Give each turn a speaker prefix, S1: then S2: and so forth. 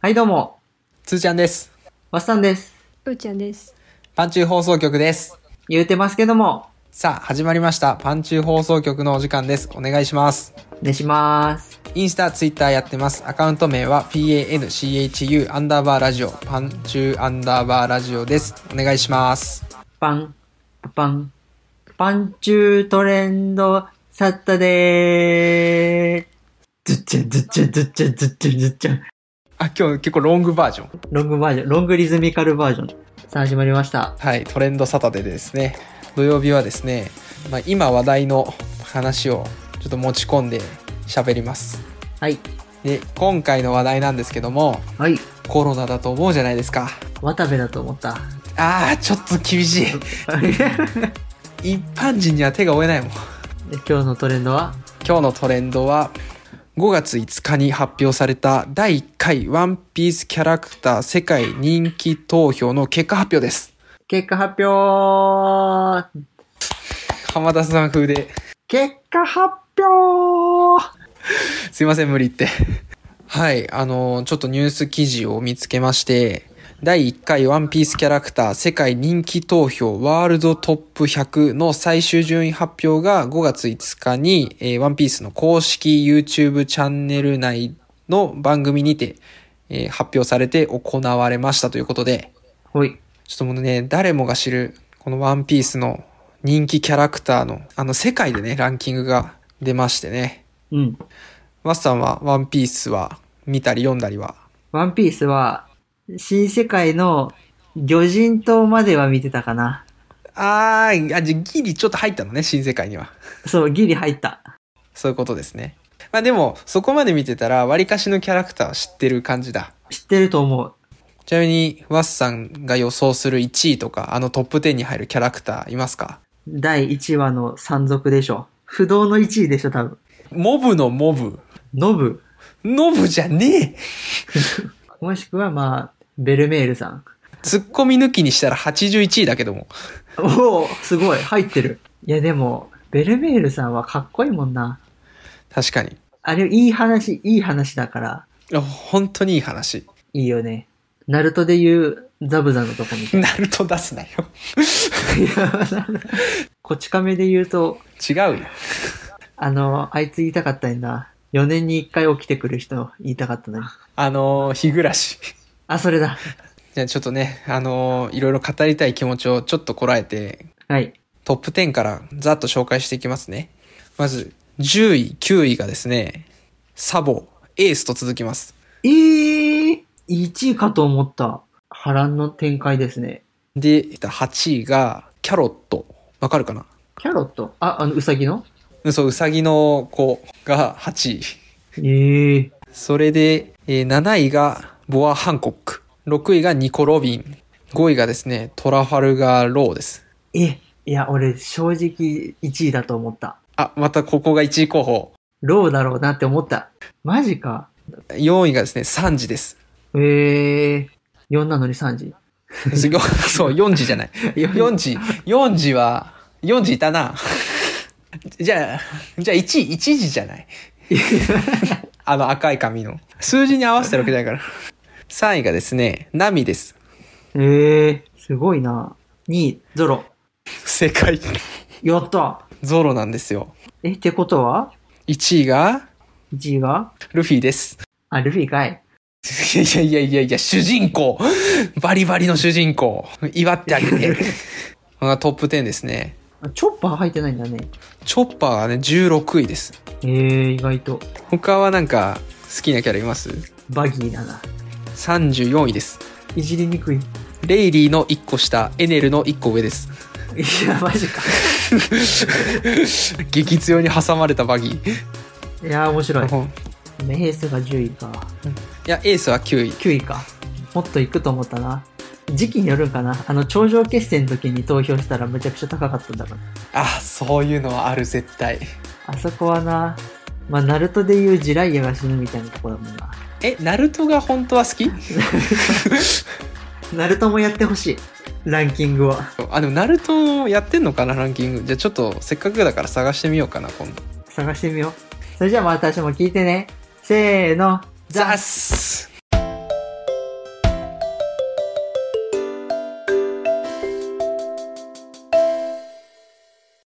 S1: はい、どうも。
S2: つーちゃんです。
S1: わっさんです。
S3: うーちゃんです。
S2: パンチュー放送局です。
S1: 言うてますけども、
S2: さあ、始まりました。パンチュー放送局のお時間です。お願いします。
S1: お願いします。
S2: インスタ、ツイッターやってます。アカウント名は panchu アンダーバーラジオ、パンチューアンダーバーラジオです。お願いします。
S1: パン、パン、パンチュートレンドサッタデー。ずっちゃん、ずっちゃん、ずっちゃん、ずっちゃん、ずっちゃん。
S2: あ、今日結構ロングバージョン。
S1: ロングバージョン、ロングリズミカルバージョン。さあ、始まりました。
S2: はい、トレンドサタデーでですね。土曜日はですね、まあ、今話題の話をちょっと持ち込んで喋ります。
S1: はい。
S2: で、今回の話題なんですけども、
S1: はい。
S2: コロナだと思うじゃないですか。
S1: 渡部だと思った。
S2: あー、ちょっと厳しい。
S1: あれ
S2: 一般人には手が負えないもん
S1: で今日のトレンドは
S2: 今日のトレンドは5月5日に発表された第1回ワンピースキャラクター世界人気投票の結果発表です
S1: 結果発表
S2: 浜田さん風で
S1: 結果発表
S2: すいません無理言ってはいあのちょっとニュース記事を見つけまして第1回ワンピースキャラクター世界人気投票ワールドトップ100の最終順位発表が5月5日に、えーワンピースの公式 YouTube チャンネル内の番組にて、えー発表されて行われましたということで、
S1: ほい。
S2: ちょっともうね、誰もが知る、このワンピースの人気キャラクターの、あの世界でね、ランキングが出ましてね。
S1: うん。
S2: マスさんはワンピースは見たり読んだりは。
S1: ワンピースは、新世界の魚人島までは見てたかな。
S2: あー、あ、じゃあギリちょっと入ったのね、新世界には。
S1: そう、ギリ入った。
S2: そういうことですね。まあでも、そこまで見てたら、割かしのキャラクターは知ってる感じだ。
S1: 知ってると思う。
S2: ちなみに、ワッさんが予想する1位とか、あのトップ10に入るキャラクターいますか
S1: 第1話の山賊でしょ。不動の1位でしょ、多分。
S2: モブのモブ。
S1: ノブ。
S2: ノブじゃねえ
S1: もしくは、まあ、ベルメールさん。
S2: ツッコミ抜きにしたら81位だけども。
S1: おおすごい入ってる。いや、でも、ベルメールさんはかっこいいもんな。
S2: 確かに。
S1: あれ、いい話、いい話だから、
S2: いや本当にいい話。
S1: いいよね。ナルトで言う、ザブザのとこみたい
S2: ナルト出すなよ。
S1: な。こち亀で言うと、
S2: 違うよ。
S1: あの、あいつ言いたかったんだ。4年に1回起きてくる人言いたかったな。
S2: あのー、日暮らし。
S1: あ、それだ。
S2: じゃあちょっとね、あのーいろいろ語りたい気持ちをちょっとこらえて、
S1: はい。
S2: トップ10からざっと紹介していきますね。まず、10位、9位がですね、サボ、エースと続きます。
S1: えー、1位かと思った。波乱の展開ですね。
S2: で、8位が、キャロット。わかるかな
S1: キャロット。あ、あの、うさぎの
S2: うんそう、うさぎの子が8位。
S1: えー、
S2: それで、えー7位が、ボア・ハンコック。6位が、ニコ・ロビン。5位がですね、トラファルガー・ローです。
S1: え、いや、俺、正直1位だと思った。
S2: あ、またここが1位候補。
S1: ローだろうなって思った。マジか。
S2: 4位がですね、サンジです。
S1: えー、4なのに3時。
S2: すごいそう、4時じゃない。4時、4時は、4時いたな。じゃあ、じゃあ1位、1時じゃない。あの赤い髪の。数字に合わせてるわけじゃないから。3位がですね、ナミです。
S1: えー、すごいな。2位、ゾロ。
S2: 正解。
S1: やった。
S2: ゾロなんですよ。
S1: え、ってことは
S2: 1位が、
S1: ?1 位が
S2: ルフィです。
S1: あ、ルフィかい。
S2: いやいやいやいや、主人公。バリバリの主人公。祝ってあげて。これがトップ10ですね。
S1: あチョッパー入ってないんだね。
S2: チョッパーがね、16位です。
S1: えー、意外と。
S2: 他はなんか、好きなキャラいます
S1: バギーだな。
S2: 34位です。
S1: いじりにくい。い
S2: レイリーの1個下、エネルの1個上 です。
S1: や、マジか。
S2: 激強に挟まれたバギー。
S1: いや、面白い。
S2: い
S1: メイスが10位か。
S2: や、エースは9位。
S1: 9位か。もっといくと思ったな。時期によるんかな。あの、頂上決戦の時に投票したらむちゃくちゃ高かったんだから。
S2: あ、そういうのはある、絶対。
S1: あそこはな、まあ、ナルトでいうジライヤが死ぬみたいなとこだもんな。
S2: え、ナルトが本当は 好き
S1: ナルトもやってほしい。ランキングを。
S2: あ、でもナルトやってんのかな、ランキング。じゃあちょっと、せっかくだから探してみようかな、今度。
S1: 探してみよう。それじゃあまた私も聞いてね。せーの。
S2: ザッス